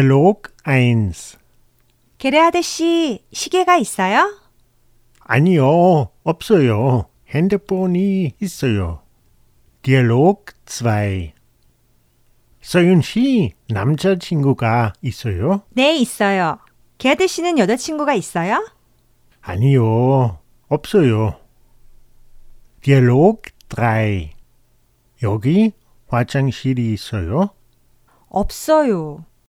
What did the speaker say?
Dialog 1. 게레하드 씨, 시계가 있어요? 아니요, 없어요. 핸드폰이 있어요. Dialog 2. 서윤 씨, 남자친구가 있어요? 네, 있어요. 게하드 씨는 여자친구가 있어요? 아니요, 없어요. Dialog 3. 여기 화장실이 있어요? 없어요.